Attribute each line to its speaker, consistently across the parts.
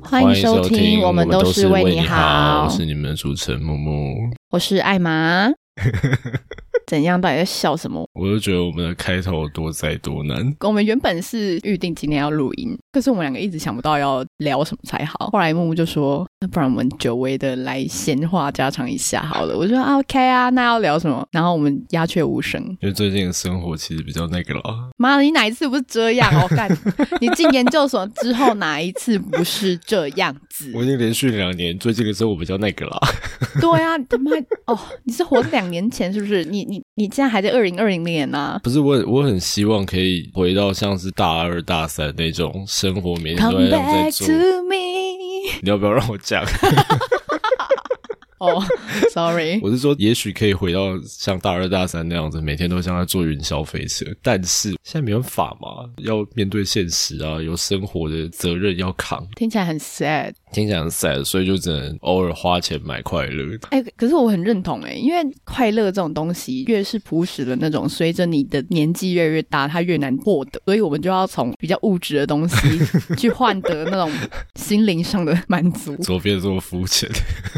Speaker 1: 欢迎收听，我们都是为你好
Speaker 2: 我。是你们的主持人木木。
Speaker 1: 我是艾 玛。怎样？到底在笑什么？
Speaker 2: 我就觉得我们的开头有多灾多难，
Speaker 1: 我们原本是预定今天要录音，可是我们两个一直想不到要聊什么才好。后来木木就说：“那不然我们久违的来闲话家常一下好了。”我说、啊、：“OK 啊，那要聊什么？”然后我们鸦雀无声。
Speaker 2: 因为最近的生活其实比较那个了。
Speaker 1: 妈的，你哪一次不是这样？哦，干！你进研究所之后哪一次不是这样子？
Speaker 2: 我已经连续两年，最近的生活比较那个了。
Speaker 1: 对啊，你他妈哦！你是活两年前是不是？你你你现在还在二零二零年啊？
Speaker 2: 不是我，我很希望可以回到像是大二、大三那种生活，每天都在这样在做。
Speaker 1: me。
Speaker 2: 你要不要让我讲？
Speaker 1: 哦、s o r r y
Speaker 2: 我是说，也许可以回到像大二、大三那样子，每天都像在坐云霄飞车。但是现在没办法嘛，要面对现实啊，有生活的责任要扛，
Speaker 1: 听起来很 sad。
Speaker 2: 听起来很 sad，所以就只能偶尔花钱买快 乐。
Speaker 1: 哎、可是我很认同哎、因为快乐这种东西，越是朴实的那种，随着你的年纪越来越大，它越难获得，所以我们就要从比较物质的东 西去换得那种心灵上的满足。
Speaker 2: 左边这么肤浅，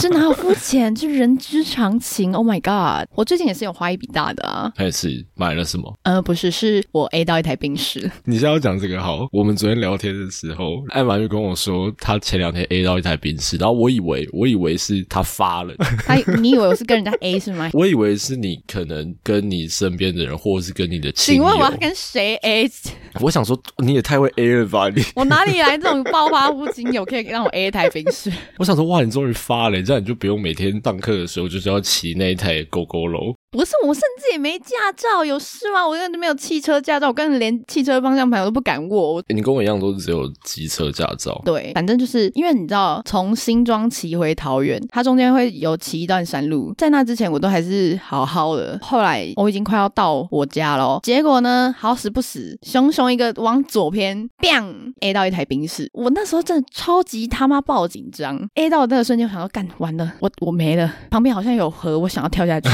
Speaker 1: 这哪有啊肤浅？这人之常情。Oh my god！我最近也是有花一笔大的啊。
Speaker 2: 开始买了什么？
Speaker 1: 呃，不是，是我 A 到一台冰室，
Speaker 2: 你现在要讲这个好？我们昨天聊天的时候，艾玛就跟我说，她前两天 A 到一台宾士，然后我以为我以为是她发 了，
Speaker 1: 他你以为我是跟人家 A 是 吗？
Speaker 2: 我以为是你可能跟你身边的人，或者是跟你的
Speaker 1: 请
Speaker 2: 亲友。
Speaker 1: 问我要跟谁 A？
Speaker 2: 我想说，你也太会 A 了吧你！
Speaker 1: 我哪里来这种暴发户亲友可以让我 A 一台冰室？
Speaker 2: 我想说，哇，你终于发了，这样你就不用每天上课的时候就是要骑那一台狗狗楼。
Speaker 1: 不是，我甚至也没驾照，有事吗？我根本就没有汽车驾照，我根本连汽车方向盘我都不敢握。我
Speaker 2: 你跟我一样都是只有机车驾照，
Speaker 1: 对，反正就是因为你知道，从新庄骑回桃园，它中间会有骑一段山路，在那之前我都还是好好的。后来我已经快要到我家了，结果呢，好死不死，熊熊一个往左偏，bang A 到一台冰室。我那时候真的超级他妈爆紧张，A 到的那个瞬间，我想要干完了，我我没了，旁边好像有河，我想要跳下去。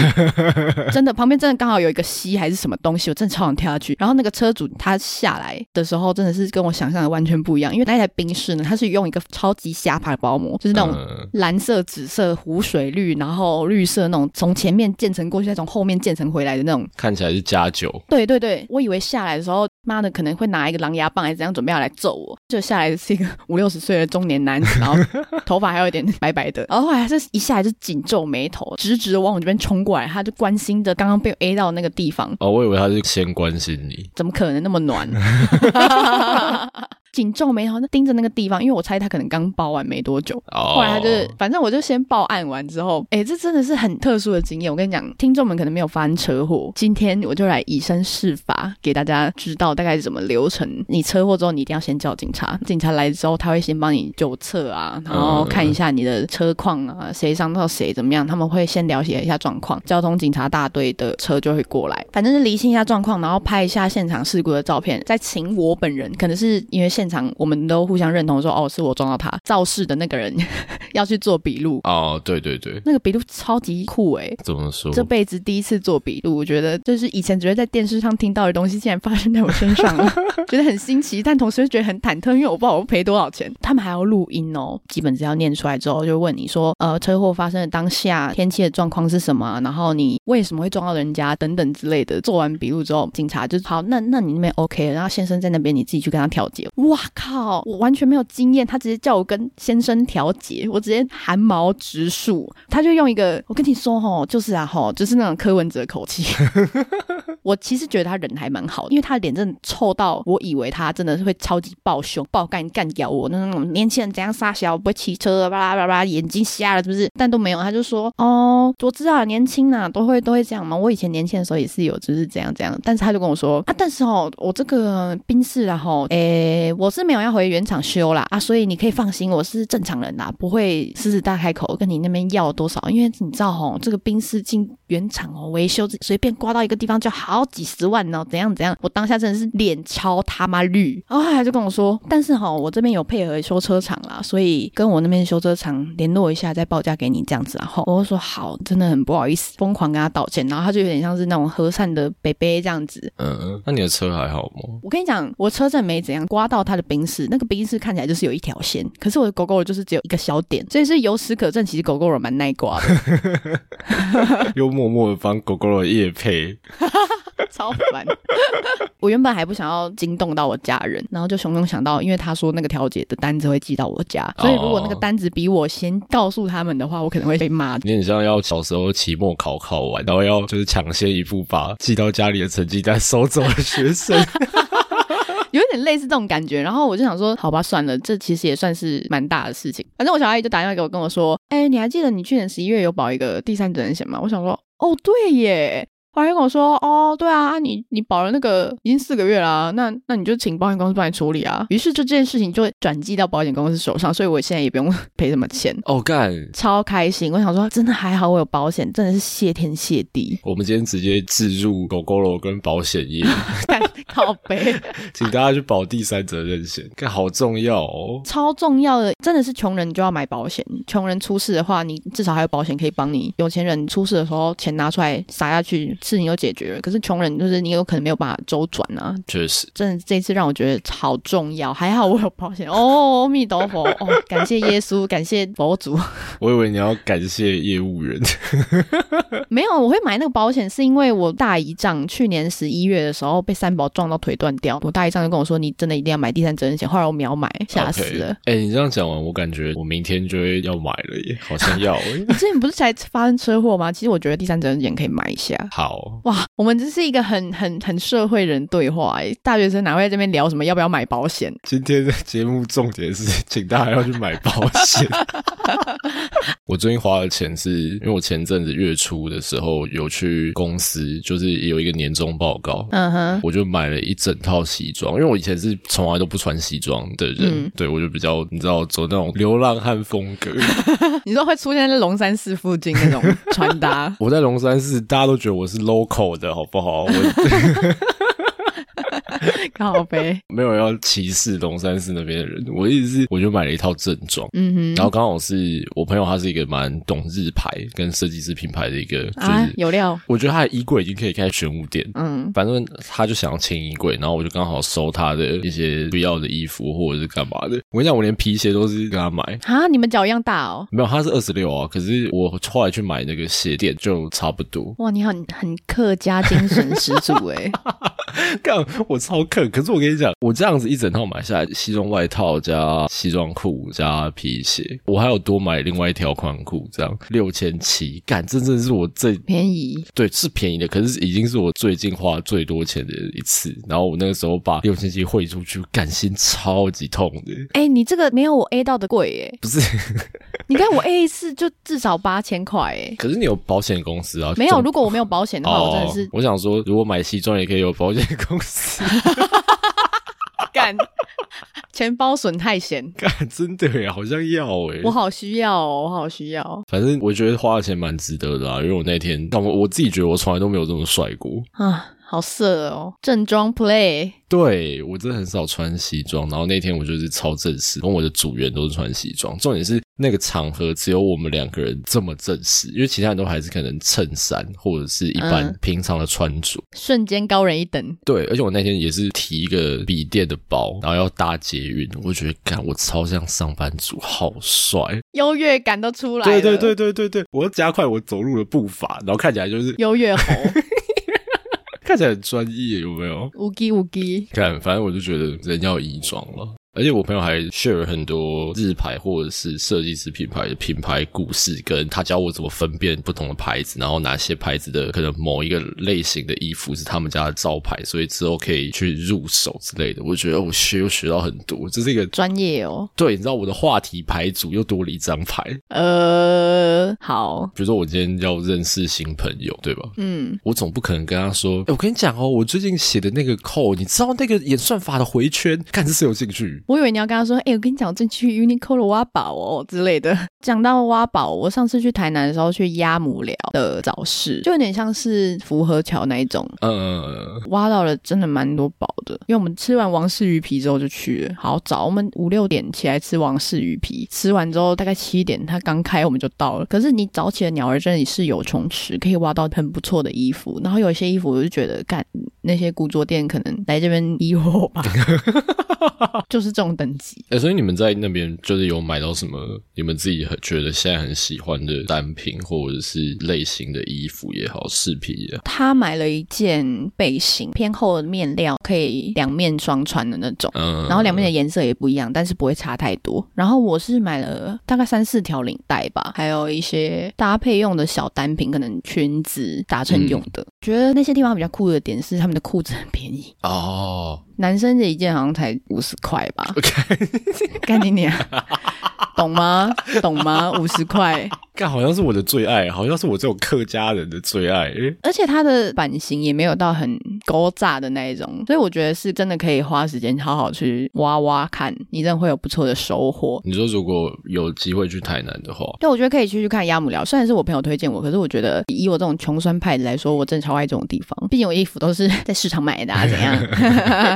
Speaker 1: 真的，旁边真的刚好有一个溪还是什么东西，我真的超想跳下去。然后那个车主他下来的时候，真的是跟我想象的完全不一样，因为那台冰室呢，它是用一个超级下巴的包膜，就是那种
Speaker 2: 嗯
Speaker 1: 蓝色、紫色、湖水绿，然后绿色那种从前面渐层过去，再从后面渐层回来的那种。
Speaker 2: 看起来是加九。
Speaker 1: 对对对，我以为下来的时候，妈的可能会拿一个狼牙棒还是怎样，准备要来揍我。就下来的是一个五六十岁的中年男子，然后头发还有一点白白的，然后后来他是一下来就紧皱眉头，直直的往我这边冲过来，他就关心着刚刚被我 A 到的那个地方，
Speaker 2: 哦，我以为他是先关心你，
Speaker 1: 怎么可能那么暖？紧皱眉头，那盯着那个地方，因为我猜他可能刚包完没多久。
Speaker 2: 哦，
Speaker 1: 后来他就是，反正我就先报案完之后，哎、这真的是很特殊的经验。我跟你讲，听众们可能没有发生车祸，今天我就来以身试法，给大家知道大概是什么流程。你车祸之后，你一定要先叫警察，警察来之后，他会先帮你纠测啊，然后看一下你的车况啊，谁伤到谁怎么样，他们会先了解一下状况。交通警察大队的车就会过来，反正是厘清一下状况，然后拍一下现场事故的照片，再请我本人，可能是因为现场我们都互相认同说，哦，是我撞到他，肇事的那个人要去做笔录，
Speaker 2: 哦，对对对，
Speaker 1: 那个笔录超级酷诶、
Speaker 2: 怎么说？
Speaker 1: 这辈子第一次做笔录，我觉得就是以前只会在电视上听到的东西，竟然发生在我身上了， 觉得很新奇，但同时又觉得很忐忑，因为我不知道我赔多少钱。他们还要录音哦，基本只要念出来之后，就问你说，呃，车祸发生的当下天气的状况是什么，然后你为什么会撞到人家等等之类的。做完笔录之后，警察就好，那那你那边 OK，了然后先生在那边你自己去跟他调解。哇靠，我完全没有经验，他直接叫我跟先生调解，我直接汗毛直竖。他就用一个，我跟你说吼，就是啊吼，就是那种柯文哲口气。我其实觉得他人还蛮好的，因为他脸真的臭到，我以为他真的是会超级暴凶、暴干干掉我那种年轻人怎样傻小，不会骑车，巴拉巴拉巴拉，眼睛瞎了是不是？但都没有，他就说哦，我知道年轻呐、都会都会这样嘛。我以前年轻的时候也是有，就是这样这样，但是他就跟我说啊，但是哦，我这个宾士啊吼，诶，我是没有要回原厂修啦啊，所以你可以放心，我是正常人啦，不会以狮子大开口跟你那边要多少，因为你知道吼，这个冰室进原厂哦，维修随便刮到一个地方就好几十万哦，怎样怎样。我当下真的是脸超他妈绿，然后他就跟我说，但啊是哈，我这边有配合修车厂啦，所以跟我那边修车厂联络一下，再报价给你这样子。然后我就说好，真的很不好意思，疯狂跟他道歉。然后他就有点像是那种和善的北北这样子，
Speaker 2: 嗯，那你的车还好吗？
Speaker 1: 我跟你讲，我车震没怎样，刮到它的冰室，那个冰室看起来就是有一条线，可是我的狗狗就是只有一个小点，所以是由此可证，其实狗狗肉蛮耐刮的，
Speaker 2: 又默默的帮狗狗的夜配，
Speaker 1: 超烦。我原本还不想要惊动到我家人，然后就熊熊想到，因为他说那个调解的单子会寄到我家，所以如果那个单子比我先告诉他们的话，我可能会被骂。
Speaker 2: 你很像要小时候期末考考完，然后要就是抢先一步把寄到家里的成绩单收走的 学生。
Speaker 1: 有点类似这种感觉。然后我就想说，好吧，算了，这其实也算是蛮大的事情。反正我小阿姨就打电话给我，跟我说，哎、你还记得你去年十一月有保一个第三者人险吗？我想说，哦，对耶。保险跟我说，哦，对啊，啊你你保了那个已经四个月啦、那那你就请保险公司帮你处理啊。于是就这件事情就转寄到保险公司手上，所以我现在也不用赔什么钱，
Speaker 2: 哦，干！
Speaker 1: 超开心。我想说，真的还好我有保险，真的是谢天谢地，
Speaker 2: 我们今天直接置入狗狗楼跟保险业，
Speaker 1: 干靠背。
Speaker 2: 请大家去保第三者任险，看好重要哦。
Speaker 1: 超重要的，真的是穷人就要买保险。穷人出事的话，你至少还有保险可以帮你。有钱人出事的时候，钱拿出来撒下去，事情就解决了。可是穷人就是你有可能没有办法周转啊。
Speaker 2: 确实，
Speaker 1: 真的，这次让我觉得好重要。 还好我有保险哦，阿弥陀佛哦，感谢耶稣，感谢佛祖。
Speaker 2: 我以为你要感谢业务员，
Speaker 1: 没有，我会买那个保险是因为我大姨丈去年十一月的时候被三宝撞到腿断掉，我大姨丈就跟我说，你真的一定要买第三责任险。后来我秒买，吓死了。
Speaker 2: OK 哎、你这样讲完，我感觉我明天就会要买了耶，好像要耶。
Speaker 1: 你之前不是才发生车祸吗？其实我觉得第三责任险可以买一下。
Speaker 2: 好，
Speaker 1: 哇，我们这是一个很很很社会人对话哎，大学生哪会在这边聊什么要不要买保险？
Speaker 2: 今天的节目重点是，请大家要去买保险。 我最近花的钱是因为我前阵子月初的时候有去公司，就是有一个年终报告，
Speaker 1: 嗯哼，
Speaker 2: 我就买了一整套西装，因为我以前是从来都不穿西装的人，
Speaker 1: 嗯
Speaker 2: 对我就比较你知道走那种流浪汉风格。
Speaker 1: 你说会出现在龙山寺附近那种穿搭，
Speaker 2: 我在龙山寺，大家都觉得我是 local 的好不好？我，
Speaker 1: 靠呗
Speaker 2: 没有要歧视龙山寺那边的人，我意思是我就买了一套正装。
Speaker 1: 嗯
Speaker 2: 然后刚好是我朋友，他是一个蛮懂日牌跟设计师品牌的一个，就
Speaker 1: 哼，啊
Speaker 2: 是，
Speaker 1: 有料，
Speaker 2: 我觉得他的衣柜已经可以开玄武店，
Speaker 1: 嗯，
Speaker 2: 反正他就想要清衣柜，然后我就刚好收他的一些不要的衣服或者是干嘛的。我跟你讲，我连皮鞋都是跟他买。
Speaker 1: 啊，你们脚一样大哦，
Speaker 2: 没有，他是二十六啊，可是我后来去买那个鞋垫就差不多。
Speaker 1: 哇，你很很客家精神十足哎，
Speaker 2: 干，我超坑。可是我跟你讲，我这样子一整套买下来，西装外套加西装裤加皮鞋，我还有多买另外一条宽裤，这样六千七。干，这真的是我最
Speaker 1: 便宜，
Speaker 2: 对，是便宜的，可是已经是我最近花最多钱的一次。然后我那个时候把六千七汇出去，感心超级痛的。
Speaker 1: 哎，你这个没有我 A 到的贵哎，
Speaker 2: 不是，
Speaker 1: 你看我 A 一次就至少八千块哎，
Speaker 2: 可是你有保险公司啊？
Speaker 1: 没
Speaker 2: 总
Speaker 1: 有，如果我没有保险的话，我真的
Speaker 2: 哦
Speaker 1: 是、
Speaker 2: 我想说，如果买西装也可以有保险公司，哦
Speaker 1: 干， 钱包损害险，
Speaker 2: 干真的耶，好像要哎。
Speaker 1: 我好需要哦，我好需要哦。
Speaker 2: 反正我觉得花的钱蛮值得的啊，因为我那天，但我我自己觉得我从来都没有这么帅过。
Speaker 1: 啊，好色哦！正装 play，
Speaker 2: 对我真的很少穿西装，然后那天我就是超正式，跟我的组员都是穿西装。重点是那个场合只有我们两个人这么正式，因为其他人都还是可能衬衫或者是一般
Speaker 1: 嗯
Speaker 2: 平常的穿着。
Speaker 1: 瞬间高人一等。
Speaker 2: 对，而且我那天也是提一个笔电的包，然后要搭捷运，我就觉得干我超像上班族，好 帅！
Speaker 1: 优越感都出来了。
Speaker 2: 对对对，对对对，我要加快我走路的步伐，然后看起来就是
Speaker 1: 优越猴，
Speaker 2: 看起来很专业，有没有？
Speaker 1: 无鸡无鸡。
Speaker 2: 看，反正我就觉得人要衣装了。而且我朋友还 share 很多日牌或者是设计师品牌的品牌故事，跟他教我怎么分辨不同的牌子，然后哪些牌子的可能某一个类型的衣服是他们家的招牌，所以之后可以去入手之类的。我觉得哦我学又学到很多，这是一个
Speaker 1: 专业哦，
Speaker 2: 对，你知道我的话题牌组又多了一张牌。
Speaker 1: 呃，好，
Speaker 2: 比如说我今天要认识新朋友，对吧？
Speaker 1: 嗯，
Speaker 2: 我总不可能跟他说，欸我跟你讲哦，我最近写的那个扣，你知道那个演算法的回圈，看这是有兴趣。
Speaker 1: 我以为你要跟他说，哎、我跟你讲，我正去 Uniqlo 挖宝哦之类的。讲到挖宝，我上次去台南的时候去鸭母寮的早市，就有点像是福和桥那一种，
Speaker 2: 嗯，
Speaker 1: 挖到了真的蛮多宝的。因为我们吃完王氏鱼皮之后就去了，好早，我们五六点起来吃王氏鱼皮，吃完之后大概七点它刚开我们就到了。可是你早起的鸟儿真的是有虫吃，可以挖到很不错的衣服。然后有一些衣服我就觉得，干那些古着店可能来这边 逼我吧，就是这种等级。
Speaker 2: 哎、所以你们在那边就是有买到什么你们自己很觉得现在很喜欢的单品或者是类型的衣服也好，饰品也好，
Speaker 1: 他买了一件背心，偏厚的面料，可以两面双穿的那种。
Speaker 2: 嗯，
Speaker 1: 然后两边的颜色也不一样，但是不会差太多。然后我是买了大概三四条领带吧，还有一些搭配用的小单品，可能裙子搭衬用的。觉得那些地方比较酷的点是他们的裤子很便宜，
Speaker 2: 哦，
Speaker 1: 男生的一件好像才五十块吧
Speaker 2: ，OK，
Speaker 1: 干你娘！懂吗？懂吗？五十块，
Speaker 2: 看好像是我的最爱，好像是我这种客家人的最爱。诶
Speaker 1: 而且它的版型也没有到很勾炸的那一种，所以我觉得是真的可以花时间好好去挖挖看，你真的会有不错的收获。
Speaker 2: 你说如果有机会去台南的话，
Speaker 1: 对，我觉得可以去去看鸭母寮，虽然是我朋友推荐我，可是我觉得以我这种穷酸派的来说，我真的超爱这种地方。毕竟我衣服都是 在市场买的、啊，怎样？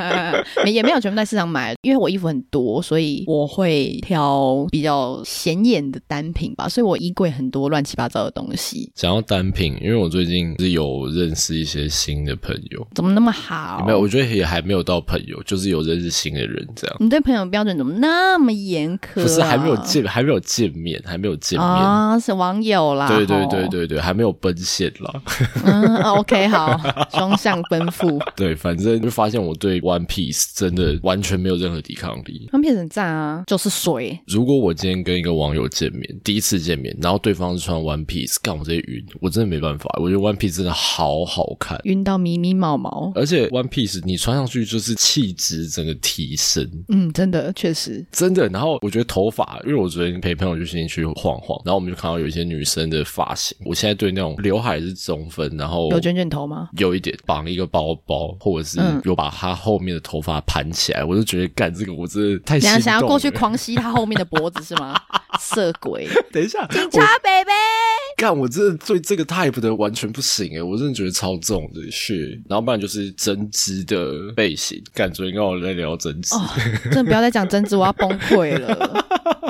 Speaker 1: 没也没有全部在市场买，因为我衣服很多，所以我会挑比较显眼的单品吧。所以我衣柜很多乱七八糟的东西，
Speaker 2: 想要单品，因为我最近是有认识一些新的朋友，
Speaker 1: 怎么那么好？
Speaker 2: 没有，我觉得也还没有到朋友，就是有认识新的人这样。
Speaker 1: 你对朋友的标准怎么那么严苛、啊？
Speaker 2: 不是还没有见，还没有见面，还没有见面。
Speaker 1: 啊，是网友啦。
Speaker 2: 对对对
Speaker 1: 吼，
Speaker 2: 对对，还没有奔现啦。
Speaker 1: 嗯，OK，好，双向奔赴，
Speaker 2: 对，反正就发现我对 One Piece 真的完全没有任何抵抗力。
Speaker 1: 他们很赞啊，就是水。
Speaker 2: 如果我今天跟一个网友见面，第一次见面，然后对方是穿 One Piece，干我这些晕，我真的没办法。我觉得 One Piece 真的好好看，
Speaker 1: 晕到迷迷毛毛。
Speaker 2: 而且 One Piece 你穿上去就是气质整个提升。
Speaker 1: 嗯，真的，确实，
Speaker 2: 真的，然后我觉得头发，因为我昨天陪朋友去新区晃晃，然后我们就看到有一些女生的发型。我现在对那种刘海是中分，然后
Speaker 1: 有卷卷头吗？
Speaker 2: 有一点绑一个包包，或者是
Speaker 1: 嗯
Speaker 2: 有把她后面的头发盘起来，我就觉得干这个我真的太
Speaker 1: 等
Speaker 2: 心
Speaker 1: 一下
Speaker 2: 动
Speaker 1: 想要
Speaker 2: 了
Speaker 1: 过去，狂吸他后面的脖子是 吗？色鬼，
Speaker 2: 等一下，
Speaker 1: 警察 baby，
Speaker 2: 干我真的对这个 type 的完全不行欸诶，我真的觉得超重的是，然后不然就是针织的背心，感觉跟我在聊针
Speaker 1: 哦
Speaker 2: 织。
Speaker 1: 真的不要再讲贞子，我要崩溃了，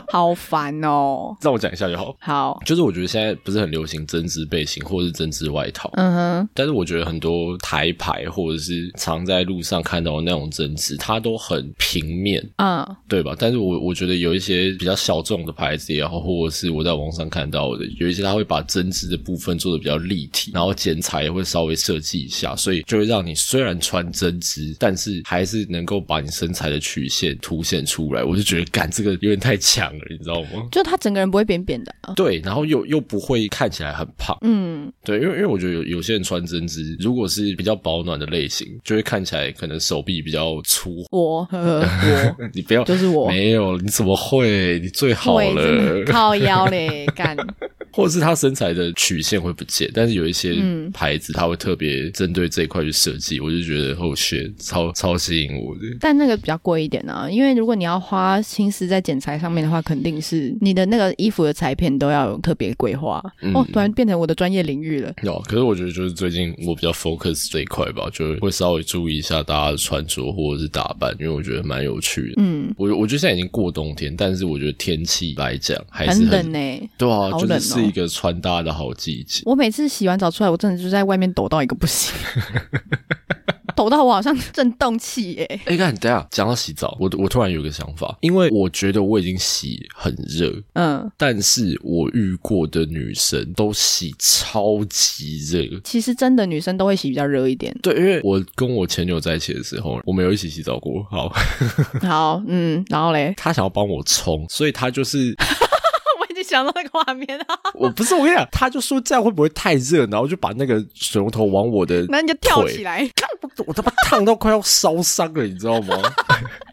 Speaker 1: 好烦哦。
Speaker 2: 让我讲一下就好，
Speaker 1: 好，
Speaker 2: 就是我觉得现在不是很流行针织背心或者是针织外套，
Speaker 1: 嗯哼，
Speaker 2: 但是我觉得很多台牌或者是常在路上看到的那种针织，它都很平面，
Speaker 1: 嗯，
Speaker 2: 对吧？但是我我觉得有一些比较小众的牌子也好，或者是我在网上看到的，有一些它会把针织的部分做的比较立体，然后剪裁也会稍微设计一下，所以就会让你虽然穿针织，但是还是能够把你身材的曲线凸显出来。我就觉得，干这个有点太强了，你知道吗？
Speaker 1: 就他整个人不会扁扁的啊。
Speaker 2: 对，然后又又不会看起来很胖，
Speaker 1: 嗯，
Speaker 2: 对，因为因为我觉得有有些人穿针织，如果是比较保暖的类型，就会看起来可能手臂比较粗。
Speaker 1: 我呵呵
Speaker 2: 你不要
Speaker 1: 我就是我。
Speaker 2: 没有，你怎么会？你最好
Speaker 1: 会
Speaker 2: 了
Speaker 1: 真的，靠腰嘞， 干
Speaker 2: 或者是他身材的曲线会不见，但是有一些
Speaker 1: 嗯
Speaker 2: 牌子它会特别针对这一块去设计，我就觉得后学超超吸引我的。
Speaker 1: 但那个比较贵一点啊，因为如果你要花心思在剪裁上面的话，肯定是你的那个衣服的裁片都要有特别规划。哦，突然变成我的专业领域了。
Speaker 2: 有、啊可是我觉得就是最近我比较 focus 这一块吧，就会稍微注意一下大家的穿着或者是打扮，因为我觉得蛮有趣的。
Speaker 1: 嗯，
Speaker 2: 我我觉得现在已经过冬天，但是我觉得天气来讲还是
Speaker 1: 很冷
Speaker 2: 很
Speaker 1: 呢、
Speaker 2: 对啊，
Speaker 1: 好
Speaker 2: 就
Speaker 1: 冷
Speaker 2: 是
Speaker 1: 哦
Speaker 2: 是一个穿搭的好季节。
Speaker 1: 我每次洗完澡出来，我真的就在外面抖到一个不 行，抖到我好像震动器耶、
Speaker 2: 哎、看，等一下讲到洗澡，我我突然有一个想法，因为我觉得我已经洗很热，
Speaker 1: 嗯，
Speaker 2: 但是我遇过的女生都洗超级热。。
Speaker 1: 其实真的女生都会洗比较热一点
Speaker 2: 对，因为我跟我前女友在一起的时候，我们有一起洗澡过。好，
Speaker 1: 好，嗯，然后嘞，
Speaker 2: 她想要帮我冲，所以她就是，
Speaker 1: 我已经想到那个画 面了，
Speaker 2: 我不是我跟你讲，她就说这样会不会太热，然后就把那个水龙头往我的
Speaker 1: 然后你就跳起来，
Speaker 2: 我我他妈烫到快要烧伤了，你知道吗？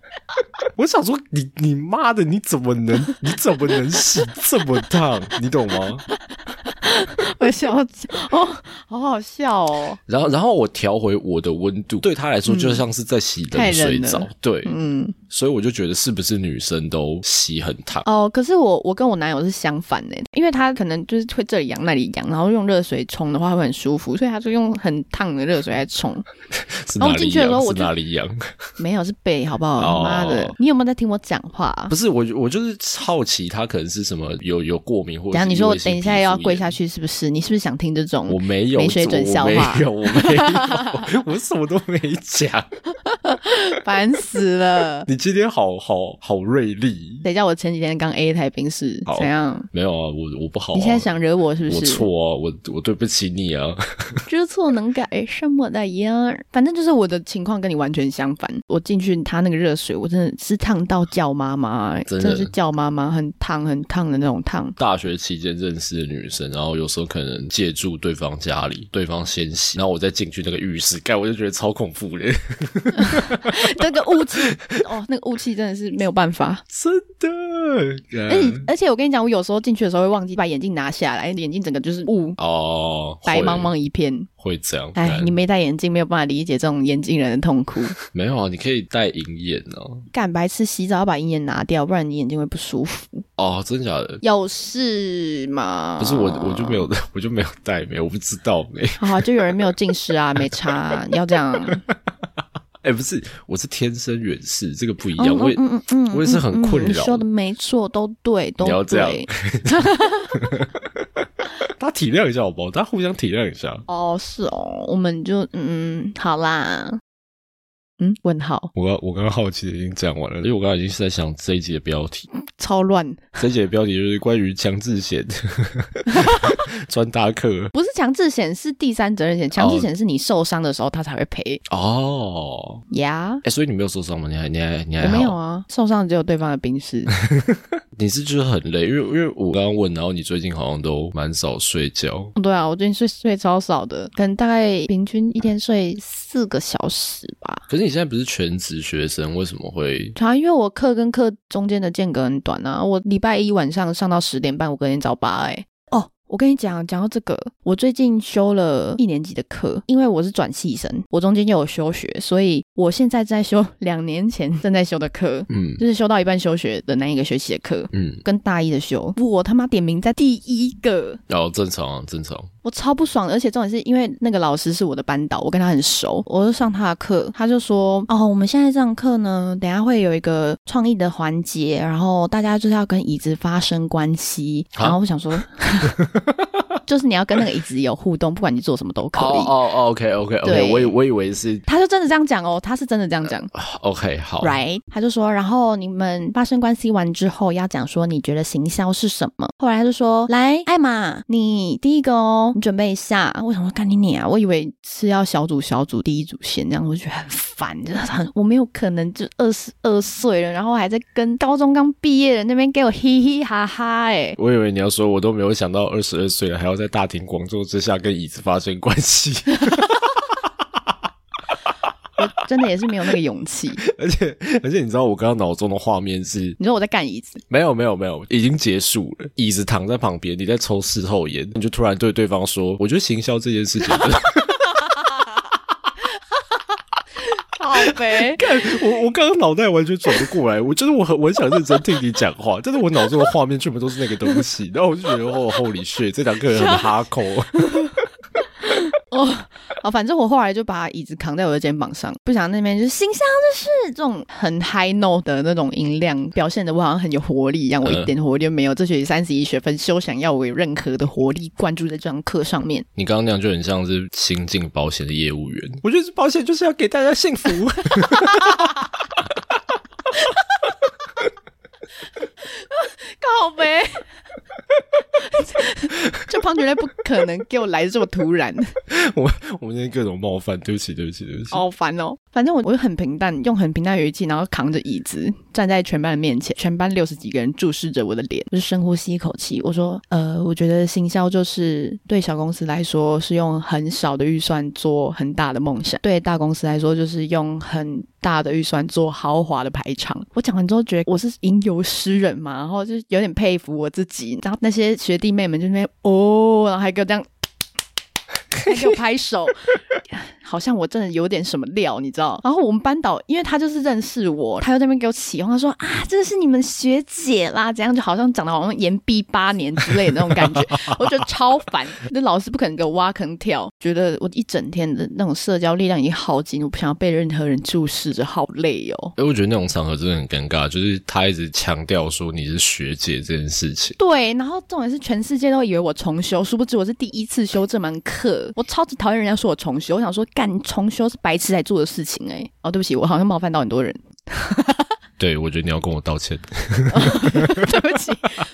Speaker 2: 我想说你你妈的，你怎么能你怎么能洗这么烫？你懂吗？
Speaker 1: 我笑死，哦，好好笑哦，
Speaker 2: 然后然后我调回我的温度，对他来说就像是在洗
Speaker 1: 太
Speaker 2: 冷
Speaker 1: 冷
Speaker 2: 水
Speaker 1: 了
Speaker 2: 澡。对，
Speaker 1: 嗯，
Speaker 2: 所以我就觉得是不是女生都洗很烫？
Speaker 1: 哦，可是我我跟我男友是相反的，因为他可能就是会这里痒那里痒，然后用热水冲的话会很舒服，所以他就用很烫的热水来冲。
Speaker 2: 是
Speaker 1: 然后
Speaker 2: 哪
Speaker 1: 进
Speaker 2: 里
Speaker 1: 去的时候
Speaker 2: 痒？
Speaker 1: 我
Speaker 2: 是
Speaker 1: 就
Speaker 2: 哪里痒？
Speaker 1: 没有是背，好不好？
Speaker 2: 哦
Speaker 1: 妈的，你有没有在听我讲话？
Speaker 2: 不是我，我就是好奇他可能是什么有有过敏或
Speaker 1: 等
Speaker 2: 者
Speaker 1: 一下
Speaker 2: 是
Speaker 1: 你说我
Speaker 2: 异位性
Speaker 1: 等一下要
Speaker 2: 皮肤
Speaker 1: 跪
Speaker 2: 炎
Speaker 1: 下，去，是不是？你是不是想听这种？
Speaker 2: 我没有
Speaker 1: 没水准笑话
Speaker 2: 我没有，我没有， 我什么都没讲。 ！
Speaker 1: 烦死了
Speaker 2: 你今天好好好锐利，
Speaker 1: 等一下，我前几天刚 A 一台冰室
Speaker 2: 好，
Speaker 1: 怎样？
Speaker 2: 没有啊，我我不好、啊。
Speaker 1: 你现在想惹我是不
Speaker 2: 我
Speaker 1: 是？
Speaker 2: 错啊，我我对不起你啊。
Speaker 1: 知错能改，善莫大焉。反正就是我的情况跟你完全相反。我进去他那个热水，我真的是烫到叫妈妈、欸
Speaker 2: 真的
Speaker 1: 是叫妈妈，很烫很烫的那种烫。
Speaker 2: 大学期间认识的女生，然后有时候可能借住对方家里，对方先洗，然后我再进去那个浴室，盖我就觉得超恐怖的，
Speaker 1: 那个雾气， 哦，那个雾气真的是没有办法。
Speaker 2: 真的。
Speaker 1: 而且而且我跟你讲，我有时候进去的时候会忘记把眼镜拿下来，眼镜整个就是雾，
Speaker 2: 哦，
Speaker 1: 白
Speaker 2: 会
Speaker 1: 茫茫一片。
Speaker 2: 会这样。
Speaker 1: 哎，
Speaker 2: 干
Speaker 1: 你没戴眼镜，没有办法理解这种眼镜人的痛苦。
Speaker 2: 没有啊？你可以戴银眼哦、
Speaker 1: 干白痴，洗澡要把银眼拿掉，不然你眼睛会不舒服。
Speaker 2: 哦，真假的？
Speaker 1: 有事吗？
Speaker 2: 不是我，我就没有， 我就没有戴没，我不知道没。
Speaker 1: 好、啊，就有人没有近视啊，没差、要这样。啊
Speaker 2: 哎、不是，我是天生远视，这个不一样。
Speaker 1: 嗯
Speaker 2: 我也、
Speaker 1: 嗯嗯嗯，
Speaker 2: 我也是很困
Speaker 1: 嗯嗯你
Speaker 2: 扰
Speaker 1: 说的没错，都对，都
Speaker 2: 你要这样
Speaker 1: 对。
Speaker 2: 大家体谅一下好不好？大家互相体谅一下。
Speaker 1: 哦，是哦，我们就嗯，好啦。嗯，问号，
Speaker 2: 我刚我刚刚好奇的已经讲完了，因为我刚刚已经是在想这一集的标题，
Speaker 1: 超乱，
Speaker 2: 这一集的标题就是关于强制险 专搭客
Speaker 1: 不是强制险，是第三责任险。强制险是你受伤的时候他才会赔
Speaker 2: 哦。
Speaker 1: 呀。
Speaker 2: 哎、所以你没有受伤吗？你还你还你还
Speaker 1: 我
Speaker 2: 好？
Speaker 1: 没有啊，受伤的只有对方的病史。
Speaker 2: 你是就是很累，因为因为我刚刚问，然后你最近好像都蛮少睡觉。
Speaker 1: 对啊，我最近睡睡超少的，可能大概平均一天睡四个小时吧。
Speaker 2: 可是你现在不是全职学生，为什么会？
Speaker 1: 啊，因为我课跟课中间的间隔很短啊，我礼拜一晚上上到十点半，我隔天早八哎、哦，我跟你讲，讲到这个，我最近修了一年级的课，因为我是转系生，我中间又有休学，所以我现在在修两年前正在修的课，
Speaker 2: 嗯
Speaker 1: 就是修到一半休学的那一个学期的课，
Speaker 2: 嗯，
Speaker 1: 跟大一的修，我他妈点名在第一个，
Speaker 2: 然、后正常啊，正常。
Speaker 1: 我超不爽的，而且重点是因为那个老师是我的班导，我跟他很熟，我就上他的课，他就说：“哦，我们现在这堂课呢，等一下会有一个创意的环节，然后大家就是要跟椅子发生关系。”
Speaker 2: 啊
Speaker 1: 然后我想说， 就是你要跟那个椅子有互动，不管你做什么都可以。
Speaker 2: 哦哦哦，OK OK
Speaker 1: 对
Speaker 2: OK，我以我以为是
Speaker 1: 他就真的这样讲哦，他是真的这样讲。
Speaker 2: OK 好
Speaker 1: Right，他就说，然后你们发生关系完之后，要讲说你觉得行销是什么。后来他就说，来，艾玛，你第一个哦，你准备一下。我想说，干你你啊！我以为是要小组小组第一组先这样，我就觉得很烦，真的很，我没有可能就二十二岁了，然后还在跟高中刚毕业的那边给我嘻嘻哈哈、欸，
Speaker 2: 我以为你要说，我都没有想到二十二岁了，还要在大庭广众之下跟椅子发生关系，
Speaker 1: 哎，真的也是没有那个勇气。
Speaker 2: 而且而且你知道我刚刚脑中的画面是
Speaker 1: 你说我在干椅子，
Speaker 2: 没有没有没有，已经结束了，椅子躺在旁边，你在抽事后烟，你就突然对对方说，我觉得行销这件事情，
Speaker 1: 好呗。
Speaker 2: 我我刚刚脑袋完全转不过来，我就是我很我很想认真听你讲话，但是我脑中的画面全部都是那个东西，然后我就觉得哦，Holy shit，这堂课很哈口，
Speaker 1: 哦，好，反正我后来就把椅子扛在我的肩膀上，不想那边就是形象就是这种很 high note 的那种音量，表现的我好像很有活力一样，我一
Speaker 2: 嗯
Speaker 1: 点活力都没有。这学期三十一学分，休想要我有任何的活力灌注在这堂课上面。
Speaker 2: 你刚刚那样就很像是新进保险的业务员，我觉得保险就是要给大家幸 福。
Speaker 1: 靠 呗，这胖绝对不可能给我来的这么突然，
Speaker 2: 我我们今天各种冒犯，对不起，对不起，对不起。
Speaker 1: 好烦哦。反正我我就很平淡，用很平淡的语气，然后扛着椅子站在全班的面前，全班六十几个人注视着我的脸，就是深呼吸一口气。我说，呃，我觉得行销就是对小公司来说是用很少的预算做很大的梦想，对大公司来说就是用很。大的预算做豪华的排场，我讲完之后觉得我是吟游诗人嘛，然后就是有点 佩服我自己。然后那些学弟妹们就在那边哦，然后还给我这样还给我拍手，好像我真的有点什么料，你知道？然后我们班导，因为他就是认识我，他又在那边给我起哄，他说啊，这是你们学姐啦，怎样？就好像长得好像延毕八年之类的那种感觉， 我觉得超烦。那老师不肯给我挖坑跳，觉得我一整天的那种社交力量已经耗尽，我不想要被任何人注视着，好累哦。
Speaker 2: 哎，我觉得那种场合真的很尴尬，就是他一直强调说你是学姐这件事情。
Speaker 1: 对，然后重点是全世界都以为我重修，殊不知我是第一次修这门课。我超级讨厌人家说我重修，我想说干你重修是白痴才做的事情哎、哦，对不起，我好像冒犯到很多人，
Speaker 2: 对，我觉得你要跟我道歉。
Speaker 1: 对不起。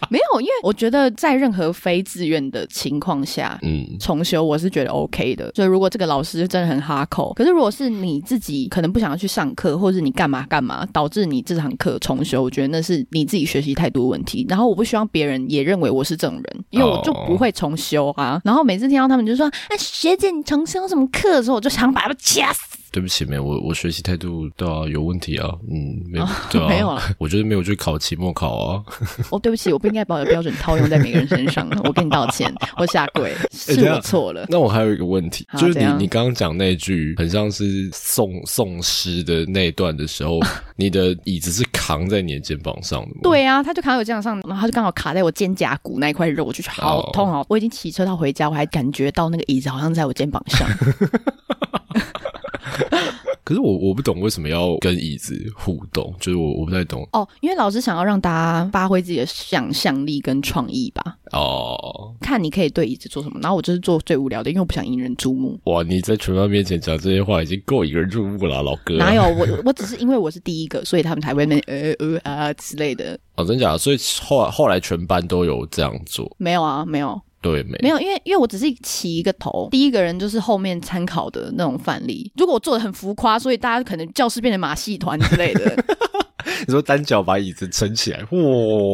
Speaker 1: 没有，因为我觉得在任何非自愿的情况下。
Speaker 2: 嗯，
Speaker 1: 重修我是觉得 OK 的，所以如果这个老师真的很哈口，可是如果是你自己可能不想要去上课，或者你干嘛干嘛，导致你这堂课重修，我觉得那是你自己学习态度的问题。然后我不希望别人也认为我是这种
Speaker 2: 哦
Speaker 1: 人，因为我就不会重修啊。然后每次听到他们就说：“哎、学姐，你重修什么课？”的时候，我就想把他们掐死。
Speaker 2: 对不起，没有，我我学习态度对啊有问题啊，嗯，没有，对啊，
Speaker 1: 没有啊，
Speaker 2: 我觉得没有去考期末考啊。
Speaker 1: 哦，对不起，我不应该把我的标准套用在每个人身上，我跟你道歉，我下跪，
Speaker 2: 哎
Speaker 1: 是
Speaker 2: 等一下
Speaker 1: 我错了。
Speaker 2: 那我还有一个问题，
Speaker 1: 好
Speaker 2: 就是
Speaker 1: 怎
Speaker 2: 你
Speaker 1: 样
Speaker 2: 你刚刚讲那句很像是诵诵诗的那一段 的时候，你的椅子是扛在你的肩膀上的吗？，
Speaker 1: 对啊，他就卡在我肩膀上，然后他就刚好卡在我肩胛骨那一块肉，我就觉得好
Speaker 2: 哦
Speaker 1: 痛哦！我已经骑车到回家，我还感觉到那个椅子好像在我肩膀 上。
Speaker 2: 可是我我不懂为什么要跟椅子互动，就是我我不太懂
Speaker 1: 哦，因为老师想要让大家发挥自己的想象力跟创意吧，
Speaker 2: 哦。
Speaker 1: 看你可以对椅子做什么。然后我就是做最无聊的，因为我不想引人注目。
Speaker 2: 哇，你在全班面前讲这些话已经够引人注目了啊，老哥。
Speaker 1: 哪有我？ 我只是因为我是第一个，所以他们才会那边呃呃啊之类的。
Speaker 2: 哦，真假的？所以后来后来全班都有这样做，
Speaker 1: 没有啊，没有，
Speaker 2: 对没？
Speaker 1: 没有，因为因为我只是起一个头，第一个人就是后面参考的那种范例。如果我做的很浮夸，所以大家可能教室变成马戏团之类的。
Speaker 2: 你说单脚把椅子撑起来，哇、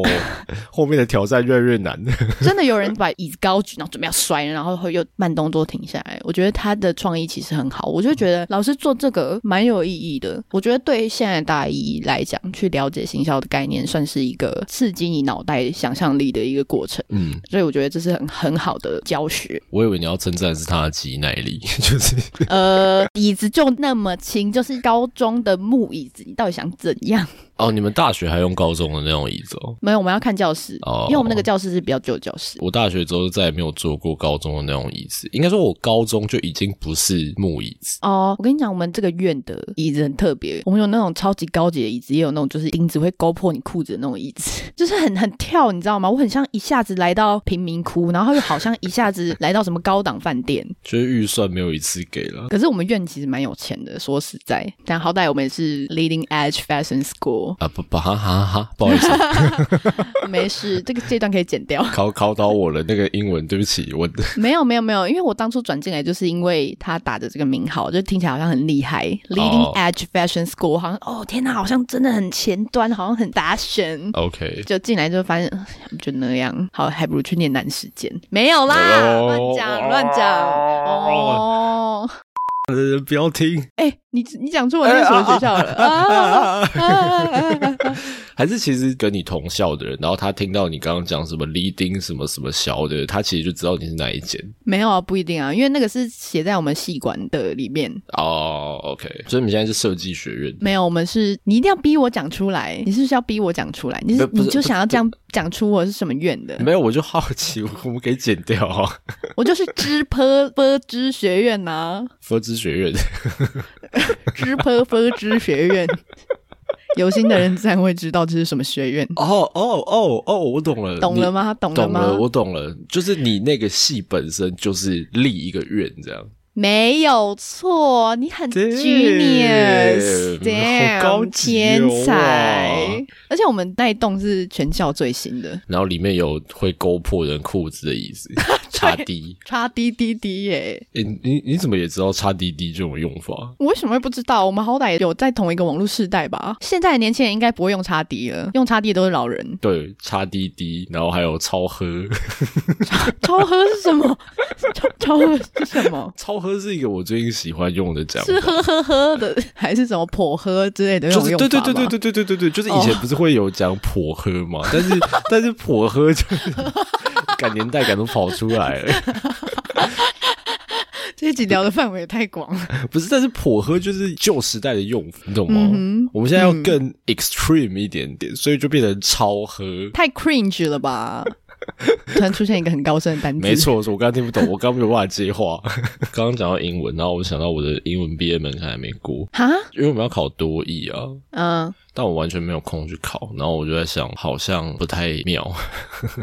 Speaker 2: 后面的挑战越来越难。
Speaker 1: 真的有人把椅子高举，然后准备要摔，然后会又慢动作停下来。我觉得他的创意其实很好，我就觉得老师做这个蛮有意义的。我觉得对现在的大一来讲，去了解行销的概念，算是一个刺激你脑袋想象力的一个过程。
Speaker 2: 嗯，
Speaker 1: 所以我觉得这是很很好的教学。
Speaker 2: 我以为你要称赞是他的肌耐力， 就是
Speaker 1: 呃，椅子就那么轻，就是高中的木椅子，你到底想怎样？
Speaker 2: 哦，你们大学还用高中的那种椅子哦。
Speaker 1: 没有，我们要看教室，
Speaker 2: 哦
Speaker 1: 因为我们那个教室是比较旧的教室。
Speaker 2: 我大学之后再也没有坐过高中的那种椅子，应该说我高中就已经不是木椅子。
Speaker 1: 哦，我跟你讲，我们这个院的椅子很特别，我们有那种超级高级的椅子，也有那种就是钉子会勾破你裤子的那种椅子， 就是很很跳，你知道吗？我很像一下子来到贫民窟，然后又好像一下子来到什么高档饭店。
Speaker 2: 就是预算没有一次给了，
Speaker 1: 可是我们院其实蛮有钱的，说实在，但好歹我们也是 leading edge fashion school，
Speaker 2: 啊不不哈哈哈，不好意思，
Speaker 1: 没事，这个这段可以剪掉。
Speaker 2: 考考倒我了那个英文，对不起，我。
Speaker 1: 没有没有没有，因为我当初转进来就是因为他打着这个名号，就听起来好像很厉害、l e a d i n g edge fashion school，好像哦天哪，好像真的很前端，好像很达人
Speaker 2: OK
Speaker 1: 就进来就发现呃就那样，好，还不如去念南实践。没有啦，
Speaker 2: 哦
Speaker 1: 乱讲乱讲哦。
Speaker 2: 呃， 不要听，
Speaker 1: 哎、你你讲出我念什么学校 了、
Speaker 2: 哎
Speaker 1: 啊啊啊啊啊
Speaker 2: 还是其实跟你同校的人，然后他听到你刚刚讲什么 leading 什么什么小的，他其实就知道你是哪一间
Speaker 1: 没有啊，不一定啊，因为那个是写在我们系馆的里面。
Speaker 2: 哦。OK，所以你们现在是设计学院，
Speaker 1: 没有，我们是你一定要逼我讲出来，你是不是要逼我讲出来？你是
Speaker 2: 不是
Speaker 1: 你就想要这样讲出我是什么院的？
Speaker 2: 没有我就好奇，我们可以剪掉啊。
Speaker 1: 我就是支坡坡支学院呐、
Speaker 2: 佛之学院，
Speaker 1: 支坡坡支学院。 有心的人自然会知道这是什么学院，
Speaker 2: 哦哦哦哦，我懂了，
Speaker 1: 懂了
Speaker 2: 你？
Speaker 1: 吗？懂了
Speaker 2: 懂
Speaker 1: 吗？
Speaker 2: 了，我懂了，就是你那个戏本身就是立一个院这样
Speaker 1: 没有错，你很 genius，
Speaker 2: Damn，好高级哦
Speaker 1: 天才
Speaker 2: 哇！
Speaker 1: 而且我们那一栋是全校最新的，
Speaker 2: 然后里面有会勾破人裤子的 椅子，叉 D，
Speaker 1: 叉滴滴滴耶！
Speaker 2: 诶、你你怎么也知道叉 D D 这种用法？。
Speaker 1: 我为什么会不知道？我们好歹有在同一个网络世代吧？现在的年轻人应该不会用叉 D 了，用叉 D 都是老人
Speaker 2: 对，叉 D D，然后还有超喝。
Speaker 1: 超喝是什么？ 超超喝是什么？
Speaker 2: 超喝是一个我最近喜欢用的讲法
Speaker 1: 是。呵呵呵的，还是什么破喝之类的那
Speaker 2: 就
Speaker 1: 种
Speaker 2: 是
Speaker 1: 用法
Speaker 2: 对
Speaker 1: 吗？哦
Speaker 2: 对对对对对对对对，就是以前不是会有讲破喝嘛，但是但是 破喝就是感年代感都跑出来了，
Speaker 1: 集聊的范围也太广了。
Speaker 2: 不是，但是颇喝就是旧时代的用法，你懂吗？
Speaker 1: 嗯哼
Speaker 2: 我们现在要更 extreme 一点点，所以就变成超喝。
Speaker 1: 太 cringe 了 吧？突然出现一个很高深的单词，
Speaker 2: 没，错，我刚刚听不懂，我刚刚没有办法接话。 刚刚讲到英文，然后我想到我的英文毕业门槛还没过，
Speaker 1: 哈，
Speaker 2: 因为我们要考多译啊，
Speaker 1: 嗯，
Speaker 2: 但我完全没有空去考。然后我就在想，好像不太妙。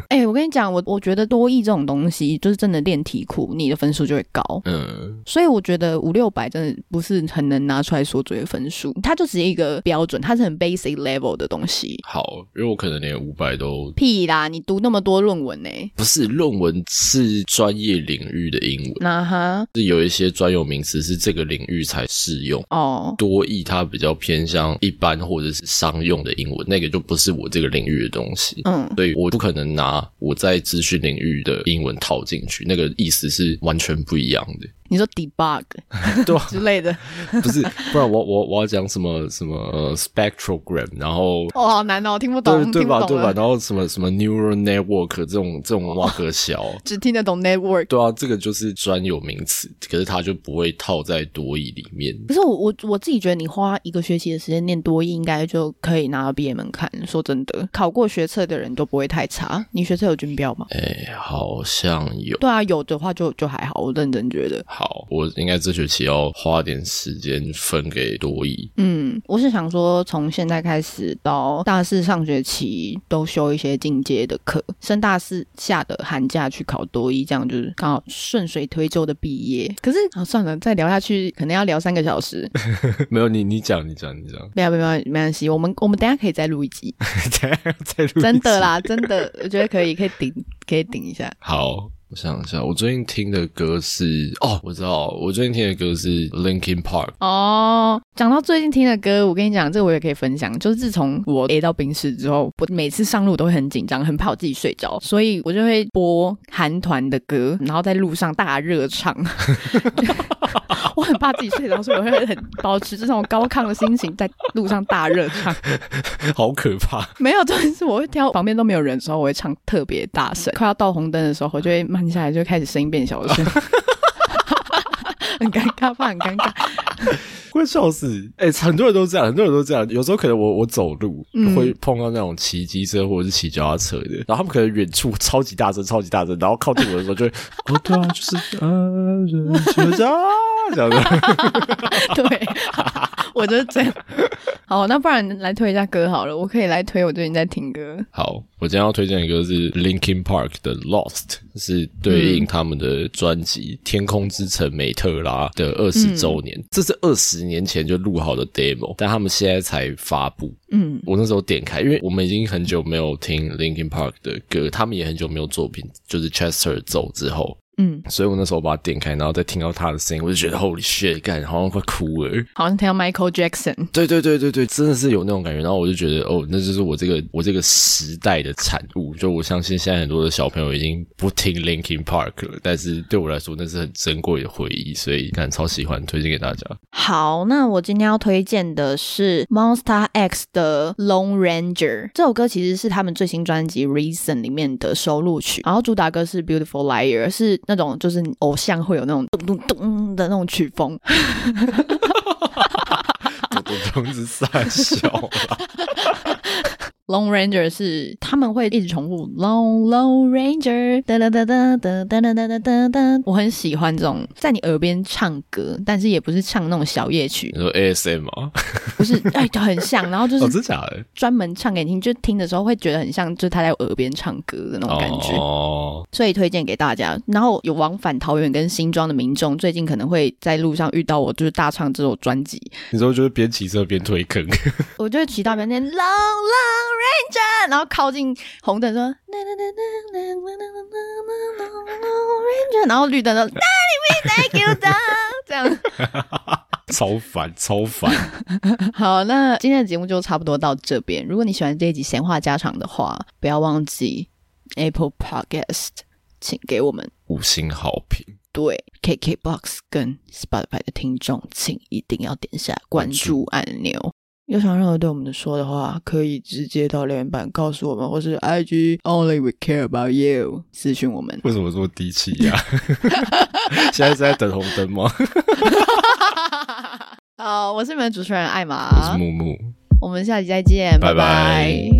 Speaker 1: 哎、我跟你讲，我我觉得多益这种东西，就是真的练题库，你的分数就会高。
Speaker 2: 嗯，
Speaker 1: 所以我觉得五六百真的不是很能拿出来说作为分数，它就只是一个标准，它是很 basic level 的东西。
Speaker 2: 好，因为我可能连五百都
Speaker 1: 屁啦，你读那么多论文呢、欸
Speaker 2: 不是。论文是专业领域的英文，
Speaker 1: 那哈，
Speaker 2: 是有一些专有名词是这个领域才适用。
Speaker 1: 哦，
Speaker 2: 多义它比较偏向一般或者是商用的英文，那个就不是我这个领域的东西。
Speaker 1: 嗯，
Speaker 2: 所以我不可能拿我在资讯领域的英文套进去，那个意思是完全不一样的，
Speaker 1: 你说 debug
Speaker 2: 对啊吧？
Speaker 1: 之类的，
Speaker 2: 不是，不然我我我要讲什么什么呃 spectrogram，然后
Speaker 1: 哦，好难哦，听不懂
Speaker 2: 对，对
Speaker 1: 听不
Speaker 2: 吧
Speaker 1: 懂
Speaker 2: 对吧，
Speaker 1: 了，
Speaker 2: 然后什么什么 neural network 这种这 种挖个小，
Speaker 1: 只听得懂 network。
Speaker 2: 对啊，这个就是专有名词，可是它就不会套在多义里面。
Speaker 1: 可是我我我自己觉得，你花一个学期的时间念多益，应该就可以拿到毕业门槛。说真的，考过学测的人都不会太差。你学测有军标吗？
Speaker 2: 哎，好像有。
Speaker 1: 对啊，有的话就就还好。我认真觉得，
Speaker 2: 好，我应该这学期要花点时间分给多义。
Speaker 1: 嗯，我是想说，从现在开始到大四上学期都修一些进阶的课，升大四下的寒假去考多一，这样就是刚好顺水推舟的毕业。可是啊，算了，再聊下去可能要聊三个小时，
Speaker 2: 没有你，你讲，你讲，你 讲，
Speaker 1: 没有没有没关系，我们我们等一下可以再录一集，
Speaker 2: 等一下再录一集
Speaker 1: 真的。啦，真的，我觉得可以，可以顶，可以顶一下。
Speaker 2: 好，我想一下，我最近听的歌是哦，我知道，我最近听的歌是 Linkin Park。
Speaker 1: 哦，讲到最近听的歌，我跟你讲，这个我也可以分享。就是自从我 A 到冰室之后，我每次上路都会很紧张，很怕我自己睡着，所以我就会播韩团的歌，然后在路上大热唱。 我很怕自己睡着，所以我会很 保持这种高亢的心情，在路上大热唱。
Speaker 2: 好可怕！
Speaker 1: 没有，重点是我会挑旁边都没有人的时候，我会唱特别大声。快要到红灯的时候，我就会慢下来，就开始声音变小声， 很尴尬，怕很尴尬。
Speaker 2: 会笑死！哎、很多人都这样，很多人都这样。有时候可能我我走路、会碰到那种骑机车或者是骑脚踏车的，然后他们可能远处超级大声、超级大声，然后靠近我的时候就会， 哦，对啊，就是呃，什么啊，这样子。
Speaker 1: 对， 我就是这样。好，那不然来推一下歌好了，我可以来推我最近在听歌。
Speaker 2: 好，我今天要推荐的歌是 Linkin Park 的《Lost》，是对应他们的专辑《天空之城美特拉》的二
Speaker 1: 嗯
Speaker 2: 十周年。这是二十年前就录好的 demo，但他们现在才发布。
Speaker 1: 嗯，
Speaker 2: 我那时候点开，因为我们已经很久没有听 Linkin Park 的歌，他们也很久没有作品，就是 Chester 走之后，
Speaker 1: 嗯，
Speaker 2: 所以我那时候把它点开，然后再听到他的声音，我就觉得 Holy shit，干，好像快哭了。
Speaker 1: 好像听到 Michael Jackson。
Speaker 2: 对对对对对，真的是有那种感觉。然后我就觉得，哦，那就是我这个我这个时代的产物。就我相信现在很多的小朋友已经不听 Linkin Park 了，但是对我来说那是很珍贵的回忆，所以看超喜欢，推荐给大 家。
Speaker 1: 好，那我今天要推荐的是 Monster X 的《Lone Ranger》这首歌，其实是他们最新专辑《Reason》里面的收录曲。然后主打歌是《Beautiful Liar》，是那种就是偶像会有那种咚咚咚的那种曲风。
Speaker 2: 我的中子傻笑，
Speaker 1: Lone Ranger 是他们会一直重复 Lone Lone Ranger 哒哒哒哒哒哒哒哒哒哒哒，我很喜欢这种在你耳边唱歌，但是也不是唱那种小夜曲
Speaker 2: 你，说 ASM 啊？
Speaker 1: 不是哎很像，然后就
Speaker 2: 哦，
Speaker 1: 是
Speaker 2: 真假的？
Speaker 1: 专门唱给你听，就听的时候会觉得很像，就是他在耳边唱歌的那种感觉。
Speaker 2: 哦，
Speaker 1: 所以推荐给大家。然后有往返桃园跟新庄的民众，最近可能会在路上遇到我，就是大唱这首专辑，
Speaker 2: 你说就是边骑车边推坑，
Speaker 1: 我就会骑到边边 Long Long Ranger，然后靠近红灯说 Na na na na na na na na na na Long Ranger，然后绿灯说 Daddy we thank you down，这样。
Speaker 2: 超烦，超烦。
Speaker 1: 好，那今天的节目就差不多到这边。如果你喜欢这一集闲话家常的话，不要忘记 Apple Podcast，请给我们
Speaker 2: 五星好评，
Speaker 1: 对 KKBox 跟 Spotify 的听众，请一定要点下关注按钮。有想任何对我们的说的话，可以直接到留言板告诉我们，或是 IG Only We Care About You 私讯我们。
Speaker 2: 为什么这么低气压？现在是在等红灯吗？
Speaker 1: 好，我是你们的主持人艾玛啊
Speaker 2: 我，是木木。
Speaker 1: 我们下期再见，
Speaker 2: 拜
Speaker 1: 拜
Speaker 2: 拜
Speaker 1: 拜